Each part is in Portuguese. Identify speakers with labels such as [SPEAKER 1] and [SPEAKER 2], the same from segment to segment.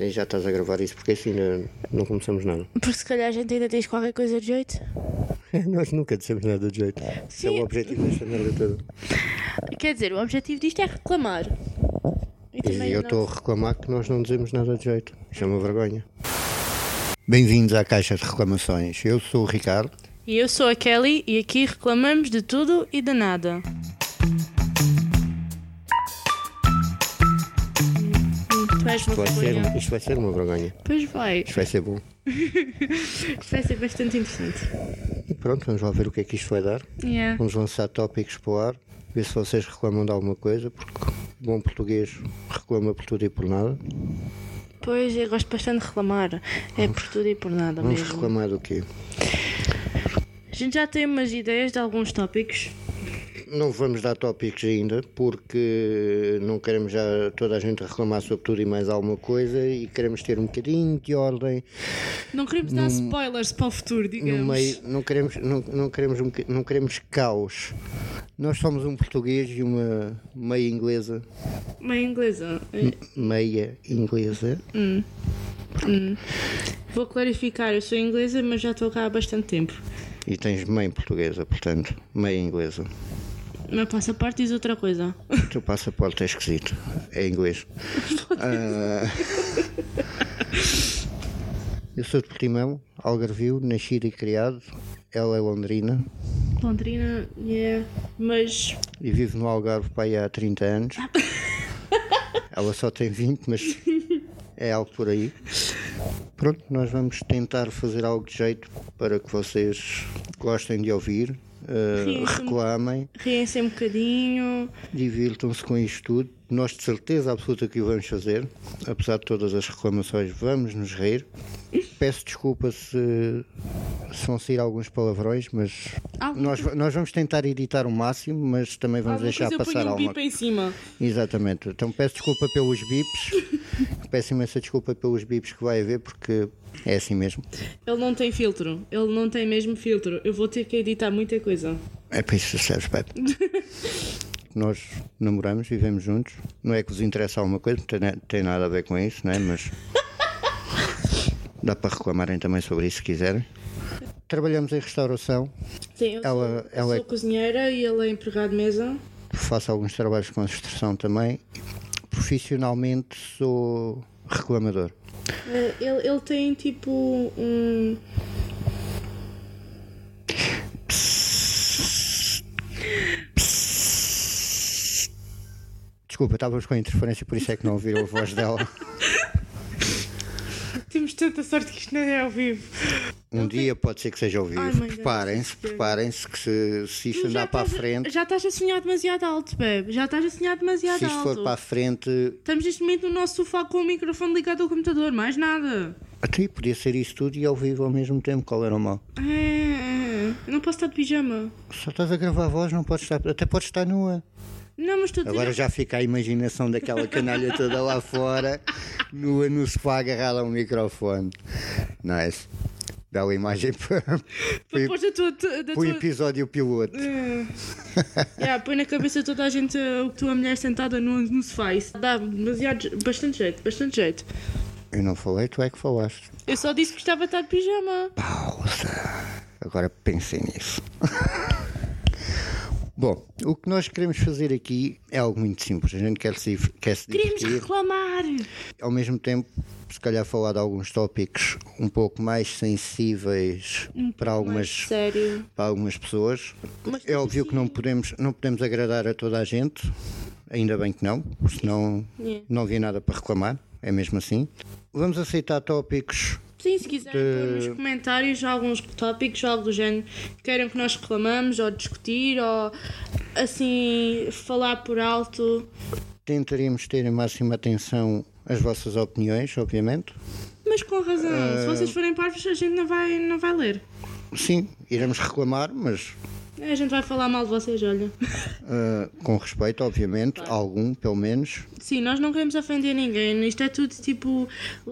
[SPEAKER 1] E já estás a gravar isso porque assim ainda não começamos nada.
[SPEAKER 2] Porque se calhar a gente ainda diz qualquer coisa de jeito.
[SPEAKER 1] Nós nunca dissemos nada de jeito. Esse É
[SPEAKER 2] Sim.
[SPEAKER 1] o objetivo desta merda toda.
[SPEAKER 2] Quer dizer, o objetivo disto é reclamar. E
[SPEAKER 1] E eu
[SPEAKER 2] não-
[SPEAKER 1] estou a reclamar que nós não dizemos nada de jeito. Isso é uma vergonha. Bem-vindos à Caixa de Reclamações. Eu sou o Ricardo.
[SPEAKER 3] E eu sou a Kelly e aqui reclamamos de tudo e de nada.
[SPEAKER 2] Tu és uma
[SPEAKER 1] Isto vai
[SPEAKER 2] vergonha.
[SPEAKER 1] ser, um- isto vai ser uma vergonha.
[SPEAKER 3] Pois vai,
[SPEAKER 1] Isto vai ser bom.
[SPEAKER 3] isto vai ser bastante interessante.
[SPEAKER 1] E pronto, vamos lá ver o que é que isto vai dar.
[SPEAKER 3] Yeah.
[SPEAKER 1] Vamos lançar tópicos para o ar, ver se vocês reclamam de alguma coisa, porque bom português reclama por tudo e por nada.
[SPEAKER 3] Pois eu gosto bastante de reclamar. É por tudo e por nada
[SPEAKER 1] Vamos
[SPEAKER 3] mesmo.
[SPEAKER 1] reclamar do quê?
[SPEAKER 3] A gente já tem umas ideias de alguns tópicos.
[SPEAKER 1] Não vamos dar tópicos ainda, porque não queremos já toda a gente a reclamar sobre tudo e mais alguma coisa e queremos ter um bocadinho de ordem
[SPEAKER 3] Não queremos dar spoilers para o futuro, digamos.
[SPEAKER 1] no meio. Não queremos, não, não queremos, um boca- não queremos caos. Nós somos um português e uma meia inglesa,
[SPEAKER 3] Meio inglesa.
[SPEAKER 1] meia inglesa.
[SPEAKER 3] Vou clarificar, eu sou inglesa, mas já estou cá há bastante tempo.
[SPEAKER 1] E tens mãe portuguesa, portanto, meia inglesa.
[SPEAKER 3] O meu passaporte diz outra coisa.
[SPEAKER 1] O teu passaporte é esquisito. É inglês. Ah. Eu sou de Portimão, Algarvio, nascido e criado. Ela é londrina
[SPEAKER 3] Londrina, yeah. Mas
[SPEAKER 1] e vive no Algarve pai há 30 anos. Ela só tem 20, mas é algo por aí. Pronto, nós vamos tentar fazer algo de jeito para que vocês gostem de ouvir, ah,
[SPEAKER 3] Sim, sim.
[SPEAKER 1] reclamem.
[SPEAKER 3] riem-se um bocadinho.
[SPEAKER 1] Divirtam-se com isto tudo. Nós de certeza absoluta que o vamos fazer. Apesar de todas as reclamações, vamos nos rir. Peço desculpa se, se vão sair alguns palavrões, mas
[SPEAKER 3] Alguma
[SPEAKER 1] nós, nós vamos tentar editar o máximo, mas também vamos
[SPEAKER 3] Ah, Alguma
[SPEAKER 1] deixar
[SPEAKER 3] coisa eu
[SPEAKER 1] passar
[SPEAKER 3] ponho um
[SPEAKER 1] alguma
[SPEAKER 3] pipa em cima.
[SPEAKER 1] Exatamente. Então peço desculpa pelos bips. peço imensa desculpa pelos bips que vai haver, porque é assim mesmo.
[SPEAKER 3] Ele não tem filtro. Ele não tem mesmo filtro. Eu vou ter que editar muita coisa.
[SPEAKER 1] É para isso que serve, Pepe. Nós namoramos, vivemos juntos. Não é que vos interessa alguma coisa, não tem, na- tem nada a ver com isso, não é? Mas. Dá para reclamarem também sobre isso se quiserem. Trabalhamos em restauração,
[SPEAKER 3] Sim, eu
[SPEAKER 1] Ela-
[SPEAKER 3] sou,
[SPEAKER 1] ela é-
[SPEAKER 3] sou cozinheira e ele é empregado de mesa.
[SPEAKER 1] faço alguns trabalhos de construção também. Profissionalmente sou reclamador.
[SPEAKER 3] Eh, Ele, ele tem tipo um.
[SPEAKER 1] Desculpa, estávamos com a interferência, por isso é que não ouviram a voz dela.
[SPEAKER 3] Temos tanta sorte que isto não é ao vivo.
[SPEAKER 1] Um dia pode ser que seja ao
[SPEAKER 3] Ai,
[SPEAKER 1] vivo.
[SPEAKER 3] mãe,
[SPEAKER 1] Preparem-se, preparem-se que se, se isto andar para a frente,
[SPEAKER 3] Já estás a sonhar demasiado alto, bebe. Já estás a sonhar demasiado
[SPEAKER 1] se isto
[SPEAKER 3] alto.
[SPEAKER 1] for para a frente,
[SPEAKER 3] Estamos neste momento no nosso sofá com o microfone ligado ao computador, mais nada.
[SPEAKER 1] Até podia ser isso tudo e ao vivo ao mesmo tempo, qual era o mal?
[SPEAKER 3] É, não posso estar de pijama.
[SPEAKER 1] Só estás a gravar a voz, não podes estar. Até podes estar nua.
[SPEAKER 3] Não, mas estou a dizer-
[SPEAKER 1] Agora já fica a imaginação daquela canalha toda lá fora, nua no sofá agarrada ao microfone. Nice. Bela imagem para, para,
[SPEAKER 3] Depois da tua. Da
[SPEAKER 1] para o
[SPEAKER 3] tua...
[SPEAKER 1] episódio piloto.
[SPEAKER 3] Eh. Yeah, põe na cabeça de toda a gente uh, a tua mulher sentada no, no sofá. Isso dá demasiado, je- bastante jeito, bastante jeito.
[SPEAKER 1] Eu não falei, tu é que falaste.
[SPEAKER 3] Eu só disse que estava a estar de pijama.
[SPEAKER 1] Agora pensem nisso. Bom, o que nós queremos fazer aqui é algo muito simples. A gente quer se, quer se
[SPEAKER 3] Queríamos
[SPEAKER 1] divertir.
[SPEAKER 3] reclamar.
[SPEAKER 1] ao mesmo tempo, se calhar falar de alguns tópicos um pouco mais sensíveis para algumas,
[SPEAKER 3] Sério.
[SPEAKER 1] para algumas pessoas.
[SPEAKER 3] Mas
[SPEAKER 1] é óbvio que não podemos, não podemos agradar a toda a gente, ainda bem que não, senão
[SPEAKER 3] Yeah.
[SPEAKER 1] não havia nada para reclamar, é mesmo assim. Vamos aceitar tópicos
[SPEAKER 3] Sim, se quiserem pôr nos comentários alguns tópicos, algo do género, queiram que nós reclamamos, ou discutir, ou assim, falar por alto.
[SPEAKER 1] tentaremos ter em máxima atenção as vossas opiniões, obviamente.
[SPEAKER 3] Mas com razão,
[SPEAKER 1] Ah.
[SPEAKER 3] se vocês forem parvos, a gente não vai, não vai ler.
[SPEAKER 1] Sim, iremos reclamar, mas
[SPEAKER 3] A gente vai falar mal de vocês, olha.
[SPEAKER 1] ah, com respeito, obviamente, algum, pelo menos.
[SPEAKER 3] Sim, nós não queremos ofender ninguém. Isto é tudo tipo.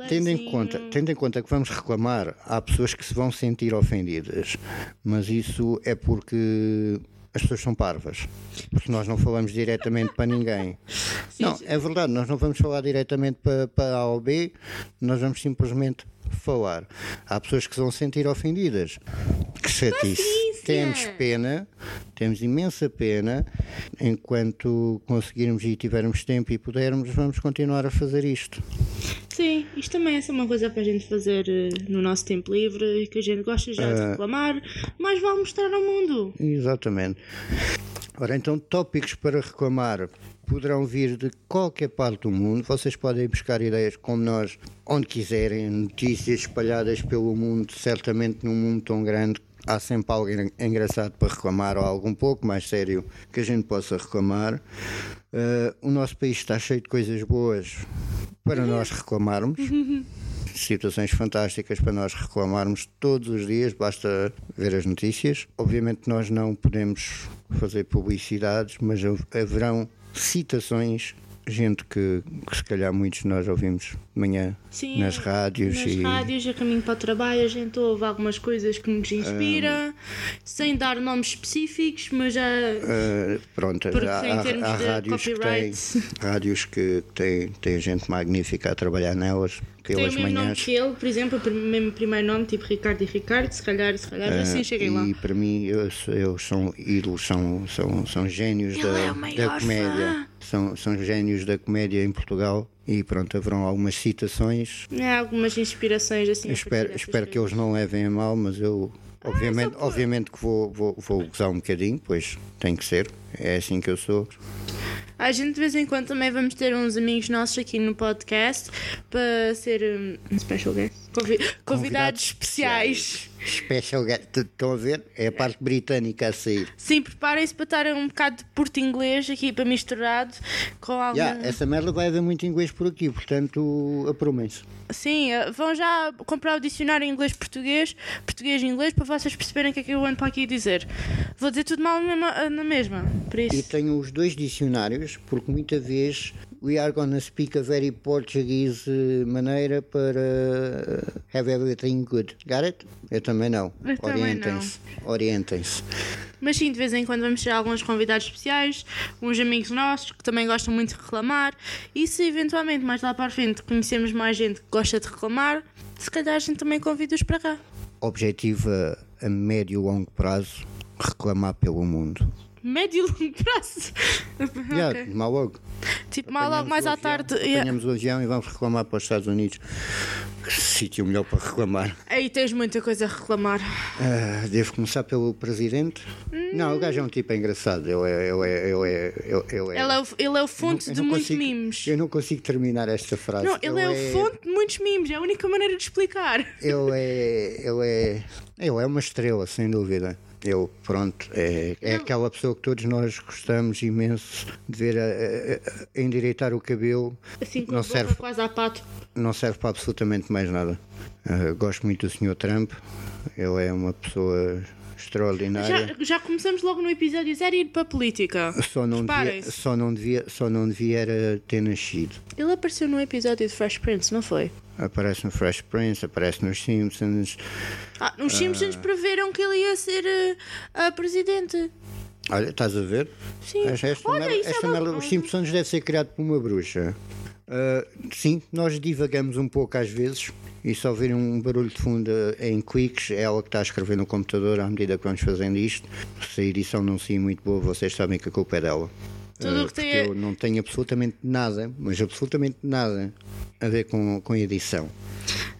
[SPEAKER 1] Tendo em,
[SPEAKER 3] levezinho.
[SPEAKER 1] conta, tendo em conta que vamos reclamar, há pessoas que se vão sentir ofendidas, mas isso é porque as pessoas são parvas, porque nós não falamos diretamente para ninguém. não, é verdade, nós não vamos falar diretamente para, para A ou B, nós vamos simplesmente falar. Há pessoas que se vão sentir ofendidas. Que chatice. Temos pena, temos imensa pena. Enquanto conseguirmos e tivermos tempo e pudermos, vamos continuar a fazer isto.
[SPEAKER 3] Sim, isto também é só uma coisa para a gente fazer eh, no nosso tempo livre, que a gente gosta já
[SPEAKER 1] Ah.
[SPEAKER 3] de reclamar, mas vale mostrar ao mundo.
[SPEAKER 1] Exatamente. Ora, então, tópicos para reclamar poderão vir de qualquer parte do mundo. Vocês podem buscar ideias como nós, onde quiserem, notícias espalhadas pelo mundo. Certamente, num mundo tão grande, há sempre algo en- engraçado para reclamar ou algo um pouco mais sério que a gente possa reclamar. Eh, o nosso país está cheio de coisas boas para nós reclamarmos situações fantásticas para nós reclamarmos todos os dias, basta ver as notícias. Obviamente nós não podemos fazer publicidades, mas hav- haverão citações, gente que, que se calhar muitos de nós ouvimos de manhã
[SPEAKER 3] Sim,
[SPEAKER 1] nas rádios
[SPEAKER 3] nas
[SPEAKER 1] e
[SPEAKER 3] rádios, a caminho para o trabalho, a gente ouve algumas coisas que nos inspira, sem dar nomes específicos, mas já.
[SPEAKER 1] ah, pronto,
[SPEAKER 3] Porque
[SPEAKER 1] há,
[SPEAKER 3] em
[SPEAKER 1] há-
[SPEAKER 3] termos
[SPEAKER 1] há
[SPEAKER 3] de
[SPEAKER 1] rádios que têm
[SPEAKER 3] copyright-
[SPEAKER 1] rádios que têm, têm gente magnífica a trabalhar nelas
[SPEAKER 3] Tem
[SPEAKER 1] pelas
[SPEAKER 3] o mesmo nome
[SPEAKER 1] manhãs.
[SPEAKER 3] que ele, por exemplo, o prim- mesmo primeiro nome, tipo Ricardo e Ricardo, se calhar, se calhar,
[SPEAKER 1] Ah,
[SPEAKER 3] assim cheguei lá.
[SPEAKER 1] E para mim, eles, eles são ídolos, são, são, são gênios da,
[SPEAKER 3] é o
[SPEAKER 1] da
[SPEAKER 3] maior
[SPEAKER 1] comédia. São, são gênios da comédia em Portugal. E pronto, haverão algumas citações.
[SPEAKER 3] Há algumas inspirações assim. a
[SPEAKER 1] Eu espero,
[SPEAKER 3] partir
[SPEAKER 1] espero
[SPEAKER 3] dessas
[SPEAKER 1] que eles não levem a mal, mas eu. Obviamente, obviamente que vou, vou, vou gozar um bocadinho, pois tem que ser. É assim que eu sou.
[SPEAKER 3] A gente de vez em quando também vamos ter uns amigos nossos aqui no podcast para ser um, special guest. Convi- convidados, especiais.
[SPEAKER 1] Special guest. Estão a ver? É a parte britânica a sair.
[SPEAKER 3] Sim, preparem-se para estar um bocado de porto inglês aqui para misturado com alguma.
[SPEAKER 1] Já, essa merda vai haver muito inglês por aqui, portanto, aprumem-se.
[SPEAKER 3] Sim, eh, vão já comprar o dicionário inglês-português, português-inglês, para vocês perceberem o que é que eu ando para aqui dizer. Vou dizer tudo mal na mesma- na mesma, por
[SPEAKER 1] Eu
[SPEAKER 3] isso.
[SPEAKER 1] tenho os dois dicionários, porque muita vez we are gonna speak a very Portuguese eh, maneira para eh, have everything good. Got it? Eu também não.
[SPEAKER 3] Eu também
[SPEAKER 1] Orientem-se. Orientem-se.
[SPEAKER 3] Mas sim, de vez em quando vamos ter alguns convidados especiais, uns amigos nossos que também gostam muito de reclamar. E se eventualmente mais lá para a frente conhecemos mais gente que gosta de reclamar, se calhar a gente também convida-os para cá.
[SPEAKER 1] Objetivo a, a médio e longo prazo, reclamar pelo mundo.
[SPEAKER 3] Médio e longo prazo.
[SPEAKER 1] Já,
[SPEAKER 3] Ok.
[SPEAKER 1] mal logo.
[SPEAKER 3] Tipo, mal,
[SPEAKER 1] Apanhamos
[SPEAKER 3] mais
[SPEAKER 1] o
[SPEAKER 3] à
[SPEAKER 1] avião,
[SPEAKER 3] tarde. é- yeah.
[SPEAKER 1] Apanhamos o avião e vamos reclamar para os Estados Unidos. Que sítio melhor para reclamar.
[SPEAKER 3] Aí tens muita coisa a reclamar.
[SPEAKER 1] Ah, devo começar pelo presidente?
[SPEAKER 3] Hum.
[SPEAKER 1] Não, o gajo é um tipo engraçado. Ele é. Ele é, ele é, ele- ele é-
[SPEAKER 3] Ele é o, ele é o
[SPEAKER 1] Eu não-
[SPEAKER 3] fonte
[SPEAKER 1] eu
[SPEAKER 3] de
[SPEAKER 1] não
[SPEAKER 3] muitos
[SPEAKER 1] consigo-
[SPEAKER 3] mimos.
[SPEAKER 1] Eu não consigo terminar esta frase.
[SPEAKER 3] Não, ele é o fonte de muitos mimos, é a única maneira de explicar.
[SPEAKER 1] Ele é, ele é, ele é uma estrela, sem dúvida. Eu, pronto, é, é aquela pessoa que todos nós gostamos imenso de ver a- a- a- a endireitar o cabelo.
[SPEAKER 3] Assim com
[SPEAKER 1] Não
[SPEAKER 3] a boca
[SPEAKER 1] serve.
[SPEAKER 3] quase a pato.
[SPEAKER 1] Não serve para absolutamente mais nada. Ah, gosto muito do Sr. Trump. Ele é uma pessoa extraordinária.
[SPEAKER 3] Já, já começamos logo no episódio zero a ir para a política.
[SPEAKER 1] Só não, devia,
[SPEAKER 3] Reparem-se.
[SPEAKER 1] só, não devia, só não devia era ter nascido.
[SPEAKER 3] Ele apareceu num episódio de Fresh Prince, não foi?
[SPEAKER 1] Aparece no Fresh Prince, aparece nos Simpsons.
[SPEAKER 3] Ah, os Simpsons preveram que ele ia ser ah, ah, presidente.
[SPEAKER 1] Olha, estás a ver?
[SPEAKER 3] Sim.
[SPEAKER 1] Esta, esta
[SPEAKER 3] Olha,
[SPEAKER 1] merda-
[SPEAKER 3] isso é
[SPEAKER 1] esta
[SPEAKER 3] uma-
[SPEAKER 1] merda- os Simpsons deve ser criado por uma bruxa. Ah, sim, nós divagamos um pouco às vezes e só ouvir um barulho de fundo eh, em cliques é ela que está a escrever no computador à medida que vamos fazendo isto. Se a edição não sair muito boa, vocês sabem que a culpa é dela.
[SPEAKER 3] Tudo
[SPEAKER 1] Ah,
[SPEAKER 3] o que tem
[SPEAKER 1] porque
[SPEAKER 3] é-
[SPEAKER 1] eu não tenho absolutamente nada, mas absolutamente nada a ver com, com edição.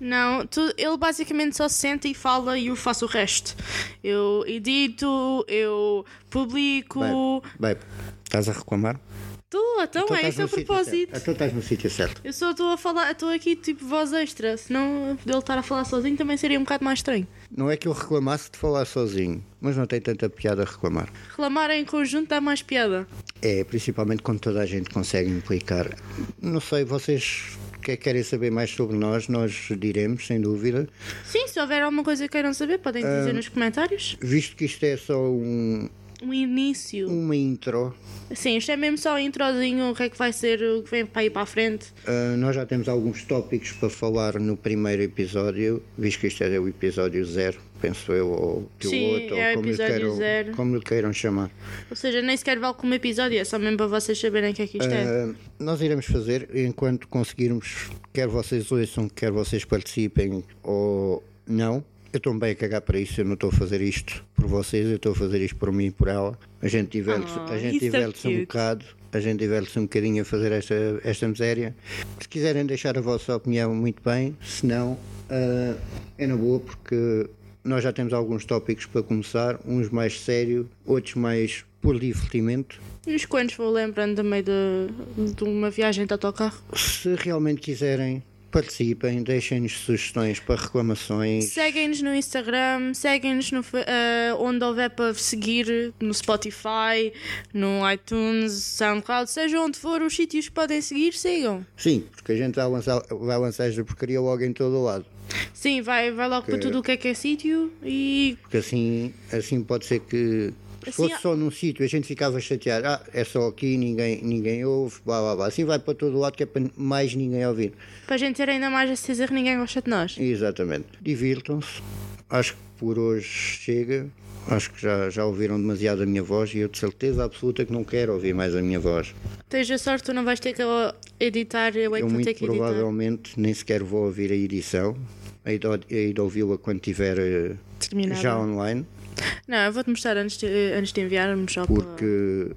[SPEAKER 3] Não, tu- ele basicamente só se senta e fala e eu faço o resto. Eu edito, eu publico.
[SPEAKER 1] Bem, bem, estás a reclamar?
[SPEAKER 3] Estou, então,
[SPEAKER 1] Então
[SPEAKER 3] é
[SPEAKER 1] estás
[SPEAKER 3] esse é
[SPEAKER 1] no
[SPEAKER 3] o
[SPEAKER 1] sítio
[SPEAKER 3] propósito.
[SPEAKER 1] certo. Então estás no sítio certo.
[SPEAKER 3] Eu só estou a falar, estou aqui tipo voz extra, senão ele estar a falar sozinho também seria um bocado mais estranho.
[SPEAKER 1] Não é que eu reclamasse de falar sozinho, mas não tem tanta piada a reclamar.
[SPEAKER 3] Reclamar em conjunto dá mais piada.
[SPEAKER 1] É, principalmente quando toda a gente consegue implicar. Não sei, vocês que querem saber mais sobre nós, nós diremos, sem dúvida.
[SPEAKER 3] Sim, se houver alguma coisa que queiram saber, podem dizer nos comentários.
[SPEAKER 1] Visto que isto é só um,
[SPEAKER 3] um início.
[SPEAKER 1] Uma intro.
[SPEAKER 3] Sim, isto é mesmo só a introzinho, o que é que vai ser, o que vem para aí para a frente.
[SPEAKER 1] Ah, nós já temos alguns tópicos para falar no primeiro episódio, visto que isto é o episódio zero, penso eu, ou piloto,
[SPEAKER 3] Sim, é o
[SPEAKER 1] ou como lhe,
[SPEAKER 3] episódio
[SPEAKER 1] queiram,
[SPEAKER 3] zero.
[SPEAKER 1] como lhe queiram chamar.
[SPEAKER 3] Ou seja, nem sequer vale como episódio, é só mesmo para vocês saberem o que é que isto é.
[SPEAKER 1] Ah, nós iremos fazer enquanto conseguirmos, quer vocês ouçam, quer vocês participem ou não. Eu estou bem a cagar para isso, eu não estou a fazer isto por vocês, eu estou a fazer isto por mim e por ela. A gente diverte-se
[SPEAKER 3] Oh,
[SPEAKER 1] a gente
[SPEAKER 3] isso é
[SPEAKER 1] diverte-se um
[SPEAKER 3] cute.
[SPEAKER 1] bocado, a gente diverte-se um bocadinho a fazer esta, esta miséria. Se quiserem deixar a vossa opinião, muito bem, se não, ah, é na boa, porque nós já temos alguns tópicos para começar, uns mais sério, outros mais por divertimento.
[SPEAKER 3] Uns quantos vou lembrando também de, de uma viagem de autocarro.
[SPEAKER 1] Se realmente quiserem, participem, deixem-nos sugestões para reclamações.
[SPEAKER 3] Seguem-nos no Instagram, seguem-nos no, Fa- eh, onde houver para seguir, no Spotify, no iTunes, SoundCloud, seja onde for, os sítios que podem seguir, sigam.
[SPEAKER 1] Sim, porque a gente vai lançar, vai lançar esta porcaria logo em todo o lado.
[SPEAKER 3] Sim, vai, vai logo para
[SPEAKER 1] Que-
[SPEAKER 3] tudo o que é que é sítio e
[SPEAKER 1] Porque assim, assim pode ser que. Se
[SPEAKER 3] Assim,
[SPEAKER 1] fosse só num sítio, a gente ficava chateado. Ah, é só aqui, ninguém, ninguém ouve, blá blá blá. Assim vai para todo o lado que é para mais ninguém ouvir.
[SPEAKER 3] para a gente ter ainda mais a certeza que ninguém gosta de nós.
[SPEAKER 1] Exatamente. Divirtam-se. Acho que por hoje chega. Acho que já, já ouviram demasiado a minha voz e eu de certeza absoluta que não quero ouvir mais a minha voz.
[SPEAKER 3] Teja sorte, tu não vais ter que editar, eu é que
[SPEAKER 1] Eu
[SPEAKER 3] vou ter
[SPEAKER 1] muito
[SPEAKER 3] que editar.
[SPEAKER 1] provavelmente nem sequer vou ouvir a edição. Hei de ou- hei de ouvi-la quando estiver eh,
[SPEAKER 3] Terminado.
[SPEAKER 1] já online,
[SPEAKER 3] Não, eu vou-te mostrar antes de, antes de enviarmos só para...
[SPEAKER 1] porque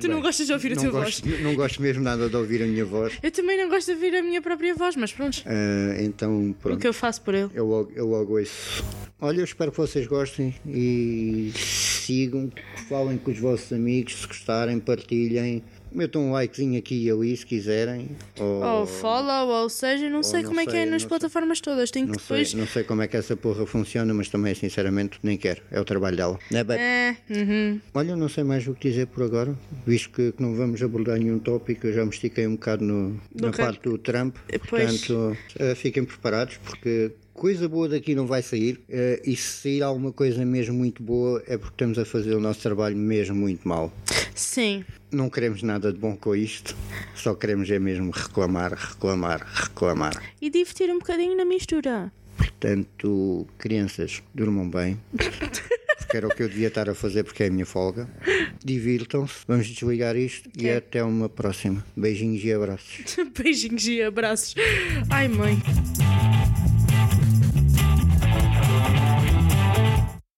[SPEAKER 3] Tu não gostas de Ah. ouvir a
[SPEAKER 1] não
[SPEAKER 3] tua
[SPEAKER 1] gosto,
[SPEAKER 3] voz.
[SPEAKER 1] não gosto mesmo nada de ouvir a minha voz.
[SPEAKER 3] Eu também não gosto de ouvir a minha própria voz, mas pronto,
[SPEAKER 1] Ah, então,
[SPEAKER 3] o
[SPEAKER 1] pronto,
[SPEAKER 3] que eu faço por ele.
[SPEAKER 1] eu logo, eu logo ouço. Olha, eu espero que vocês gostem e sigam, falem com os vossos amigos, se gostarem, partilhem. Metam um likezinho aqui e ali se quiserem. Ou,
[SPEAKER 3] Ou follow, ou seja, não sei
[SPEAKER 1] não
[SPEAKER 3] como é que
[SPEAKER 1] sei,
[SPEAKER 3] é
[SPEAKER 1] não
[SPEAKER 3] nas
[SPEAKER 1] sei.
[SPEAKER 3] plataformas todas. Tenho que
[SPEAKER 1] não, sei,
[SPEAKER 3] depois.
[SPEAKER 1] não sei como é que essa porra funciona, mas também, sinceramente, nem quero. É o trabalho dela. Não é bem?
[SPEAKER 3] É, uhum.
[SPEAKER 1] Olha, eu não sei mais o que dizer por agora, visto que, que não vamos abordar nenhum tópico, eu já me estiquei um bocado no- na
[SPEAKER 3] Ok.
[SPEAKER 1] parte do Trump,
[SPEAKER 3] Pois.
[SPEAKER 1] portanto, eh, fiquem preparados, porque coisa boa daqui não vai sair, eh, e se sair alguma coisa mesmo muito boa é porque estamos a fazer o nosso trabalho mesmo muito mal.
[SPEAKER 3] Sim.
[SPEAKER 1] Não queremos nada de bom com isto, só queremos é mesmo reclamar, reclamar, reclamar.
[SPEAKER 3] E divertir um bocadinho na mistura.
[SPEAKER 1] Portanto, crianças, durmam bem. porque era o que eu devia estar a fazer porque é a minha folga. Divirtam-se, vamos desligar isto e até uma próxima. Beijinhos e abraços.
[SPEAKER 3] Beijinhos e abraços. Ai, mãe.